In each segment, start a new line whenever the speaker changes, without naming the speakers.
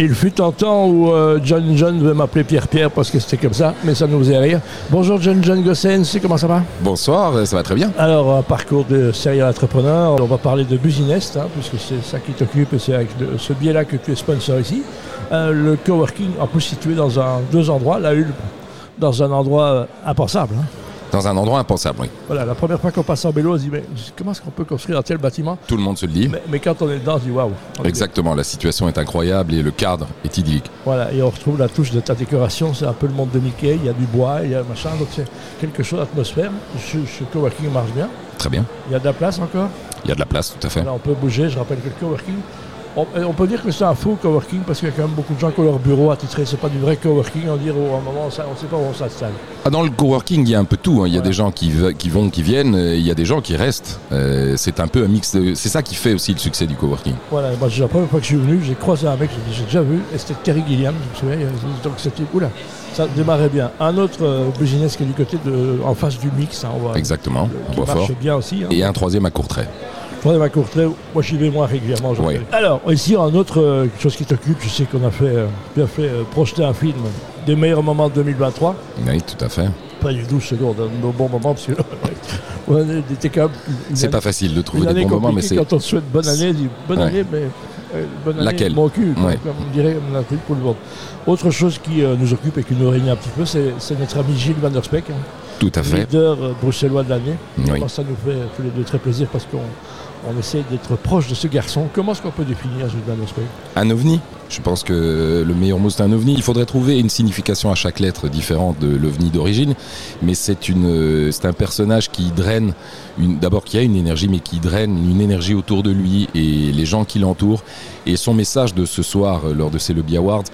Il fut un temps où euh, John John devait m'appeler Pierre-Pierre parce que c'était comme ça, mais ça nous faisait rire. Bonjour John John Gossens, comment ça va
Bonsoir, euh, ça va très bien.
Alors, un parcours de serial entrepreneur, on va parler de Business, hein, puisque c'est ça qui t'occupe et c'est avec de- ce biais-là que tu es sponsor ici. Euh, le coworking, en plus situé dans un, deux endroits, la Hulpe, dans un endroit euh, impensable. hein.
Dans un endroit impensable, oui.
Voilà, la première fois qu'on passe en vélo, on se dit, mais comment est-ce qu'on peut construire un tel bâtiment
Tout le monde se le dit.
mais, mais quand on est dedans, on se dit, waouh. on est bien.
Exactement, la situation est incroyable et le cadre est idyllique.
Voilà, et on retrouve la touche de ta décoration, c'est un peu le monde de Mickey, il y a du bois, il y a machin, donc c'est quelque chose d'atmosphère. Ce, ce coworking marche bien.
Très bien.
Il y a de la place encore.
Il y a de la place, tout à fait.
Là, on peut bouger, je rappelle que le coworking. On, et on peut dire que c'est un faux coworking parce qu'il y a quand même beaucoup de gens qui ont leur bureau attitré, c'est pas du vrai coworking, on dirait oh, à un moment, ça- on sait pas où on s'installe.
Ah, dans le coworking, il y a un peu tout. hein. Il y a
Ouais.
des gens qui, ve- qui vont, qui viennent, et il y a des gens qui restent. Euh, c'est un peu un mix. de- C'est ça qui fait aussi le succès du coworking.
Voilà, moi, j'ai- la première fois que je suis venu, j'ai croisé un mec, j'ai dit, j'ai déjà vu, et c'était Terry Gilliam, je me souviens, et donc c'était, oula, ça démarrait bien. Un autre euh, business qui est du côté de, en face du mix, hein, on voit,
Exactement, on
qui
voit fort.
marche bien aussi. hein.
Et un troisième à court trait.
Prenez ma courte, moi j'y vais moins régulièrement. je
Oui.
reconnais. Alors, ici, un autre euh, chose qui t'occupe, je sais qu'on a fait, euh, tu as fait euh, projeter un film des meilleurs moments de 2023.
Oui, tout à fait.
Pas du 12 secondes, hein, nos bons moments, parce que on était quand même une
C'est
année-
pas facile de
une
trouver des
année
bons moments, mais
compliquée
c'est
quand on te souhaite bonne année, dit bonne
Ouais.
année, mais euh, bonne année
Laquelle
mon cul, quoi,
Ouais.
comme on dirait on a fait pour le monde. Autre chose qui euh, nous occupe et qui nous réunit un petit peu, c'est c'est notre ami Gilles Van der Speck, hein,
tout à fait.
leader euh, bruxellois de l'année.
Oui.
Moi, ça nous fait tous les deux très plaisir parce qu'on on essaie d'être proche de ce garçon. Comment est-ce qu'on peut définir Gilles Van der Speck
Un ovni Je pense que le meilleur mot c'est un ovni. Il faudrait trouver une signification à chaque lettre différente de l'ovni d'origine, mais c'est une, euh, c'est un personnage qui draine, une- d'abord qui a une énergie, mais qui draine une énergie autour de lui et les gens qui l'entourent. Et son message de ce soir euh, lors de ces Lobby Awards,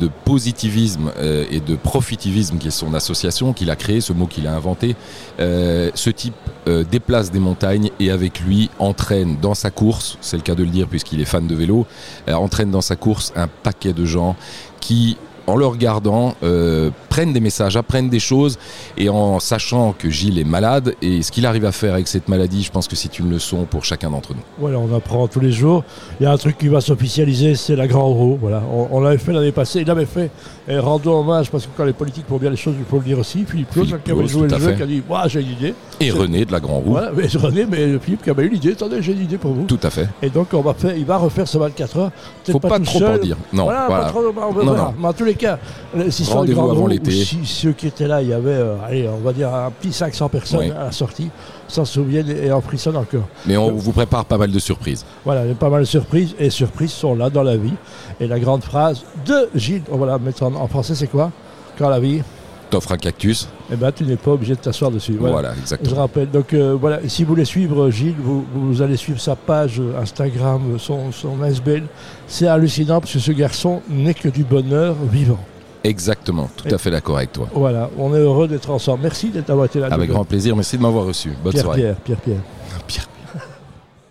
de positivisme euh, et de profitivisme, qui est son association qu'il a créée, ce mot qu'il a inventé, euh, ce type euh, déplace des montagnes et avec lui entraîne dans sa course, c'est le cas de le dire puisqu'il est fan de vélo, euh, entraîne dans sa course un paquet de gens qui en le regardant, euh, prennent des messages, apprennent des choses, et en sachant que Gilles est malade, et ce qu'il arrive à faire avec cette maladie, je pense que c'est une leçon pour chacun d'entre nous.
Voilà, on apprend tous les jours. Il y a un truc qui va s'officialiser, c'est la grande roue. Voilà, on, on l'avait fait l'année passée, il l'avait fait. Et rendons hommage, parce que quand les politiques font bien les choses, il faut le dire aussi. Philippe Claude,
Philippe
qui avait
Claude,
joué
tout
le
à
jeu,
fait.
qui a dit Ouah, j'ai une idée.
Et René de la Grand Roue,
Voilà, mais René, mais Philippe qui avait eu l'idée, attendez, j'ai une idée pour vous.
tout à fait.
Et donc, on va faire, il va refaire ce 24 heures. Peut-être
Faut pas,
tout
trop
seul.
en dire. Non,
voilà,
voilà.
pas trop, on va
Non,
voir.
non.
Mais en tous les cas, euh, les- si sur les
Rendez-vous
grandes
avant
roues,
l'été.
ou Si ceux qui étaient là, il y avait, euh, allez, on va dire un petit 500 personnes
Oui.
à la sortie, s'en souviennent et en frissonnent encore.
Mais on vous prépare pas mal de surprises.
Voilà, il y a pas mal de surprises et surprises sont là dans la vie. Et la grande phrase de Gilles, on va la mettre en, en français, c'est quoi Quand la vie,
T'offres un cactus,
eh ben, tu n'es pas obligé de t'asseoir dessus. Voilà.
voilà,
Je
exactement.
rappelle, donc euh, voilà, si vous voulez suivre euh, Gilles, vous, vous allez suivre sa page euh, Instagram, euh, son, son SBL. C'est hallucinant parce que ce garçon n'est que du bonheur vivant.
Exactement, tout
Et-
à fait d'accord avec toi.
Voilà, on est heureux d'être ensemble. Merci d'être d'avoir été là.
Avec grand plaisir, merci de m'avoir reçu. Bonne soirée.
Pierre, Pierre, Pierre, Pierre.
Pierre,